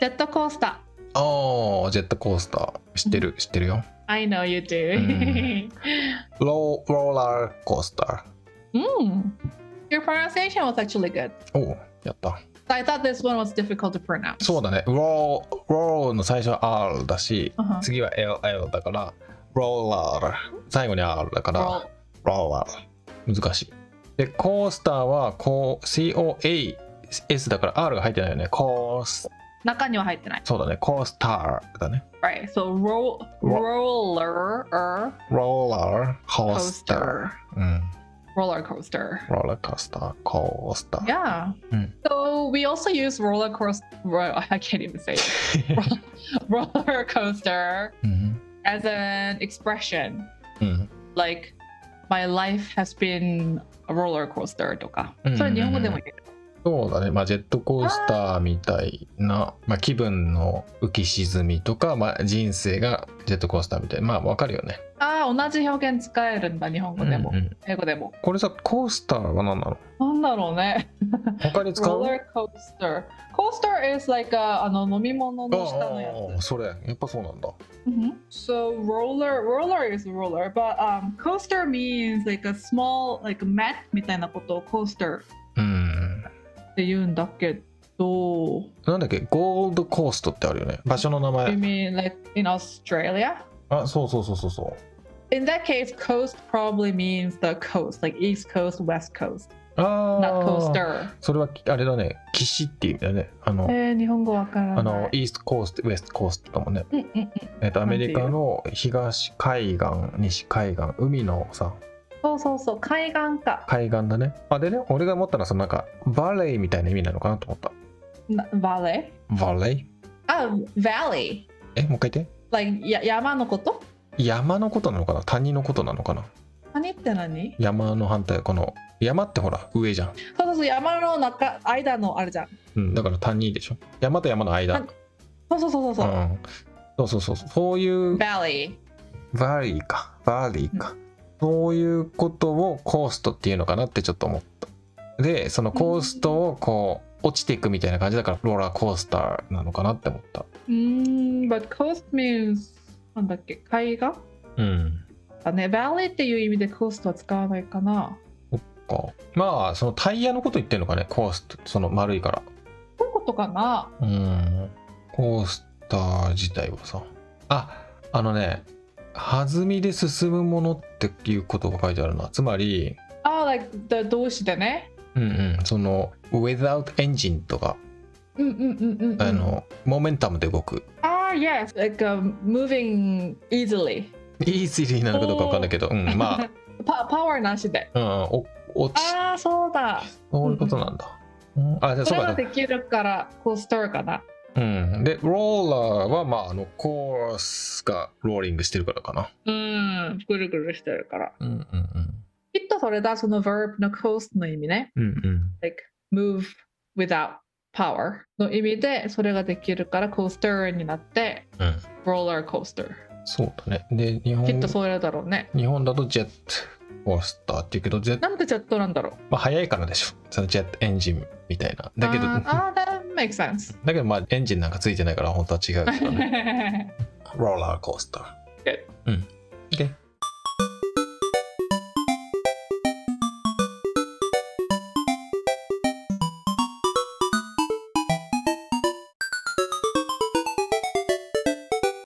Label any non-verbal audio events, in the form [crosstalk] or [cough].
ジェットコースタあージェットコースター知ってる知ってるよー。I know you do. うんローローラーコースタ [laughs] mm. Your pronunciation was actually good. ーおうやった So I thought this one was difficult to pronounce. そうだねローローの最初は R だし Uh-huh. 次は LL だからローラー最後に R だからロローラー難しいでコースターはこう COAS だから R が入ってないよねコース中には入ってない。そうだねコースターだね Right. So roll, Ro- roller er, ローラーコースター coaster. うん Roller coaster. ローラーコースターコースター Yeah. Mm. So we also use roller coaster. [laughs] I can't even say it. [laughs] roller coaster [laughs] うん as an expression. うん、 Like my life has been a roller coaster とか。うんうんうんうんそれ日本語でも言える。そうだね、まあ、ジェットコースターみたいな、まあ、気分の浮き沈みとか、まあ、人生がジェットコースターみたいなまあわかるよね、ああ、同じ表現使えるんだ、日本語でもうんう。ん英語でも。これさコースターは何なのなんだろうね。他に使う roller coaster。coaster is like a, あの飲み物の下のやつ。ああそれやっぱそうなんだ Mhm. So roller roller is roller, but um, coaster means like a small like mat みたいなことを coaster うんって言うんだけど、なんだっけゴールドコーストってあるよね場所の名 you 前 mean like in Australia? あそうそうそうそうそう In that case, coast probably means the coast, like east coast, west coast, あ not あ coaster. それはあれだね岸っていう意味だねあの、えー、日本語わからなあのい。イーストコーストウエストコーストだもんねうんうんうんえっとなアんていメうリカの東海岸西海岸海のさそうそうそう、海岸か。海岸だねあでね俺が思ったのはそのなんかバレーみたいな意味なのかなと思ったなバレバレーーあ、valley。えもう一回言って Like や山のこと山のことなのかな谷のことなのかな何って何山の反対この山ってほら上じゃん、そうそうそう、山の中、間のあれじゃん。うん、だから谷でしょ山と山の間谷そうそうそうそう。ううん、そうそうそうそうそういうバレー。バリーかバリーか、そういうことをコーストっていうのかなってちょっと思ったでそのコーストをこう落ちていくみたいな感じだからローラーコースターなのかなって思ったうーん、but coast means なんだっけ、海岸うんだね。valley っていう意味で coast は使わないかな。かまあそのタイヤのこと言ってるのかねコーストその丸いからそういうことかな。うんコースター自体はさああのね弾みで進むものっていうことが書いてあるなつまりああ、like the 動詞でね。うんうんその without engine とかうんうんうんうんうん。あの、モメンタムで動く。ああ、yes。like、um, moving easily。イージーなのかどうかわかんないけど、うん、まパパワーなしで。あ、うん、お落ち、ああ、そうだ。そういうことなんだ。うんあ、じゃあそそうれかがな。できるから、coaster かな。うん。で、ローラーは、まあ、あの、コースがローリングしてるからかな。うん、ぐるぐるしてるから。うんうんうん。きっとそれだ、その verb の coast の意味ね。うんうん。 like move without power の意味でそれができるからコースターになってうん。 roller coaster そうだね。で、日きっ本と、それだろうね日本だとジェットコースターって言うけど、ジェット、なんでジェットなんだろうまあ、速いからでしょ。そのジェットエンジンみたいな。だけど、あーあー that makes sense だけど、まあ、エンジンなん [laughs] かついてないから、本当は違うけどね。ローラーコースター。 Good. うん。で、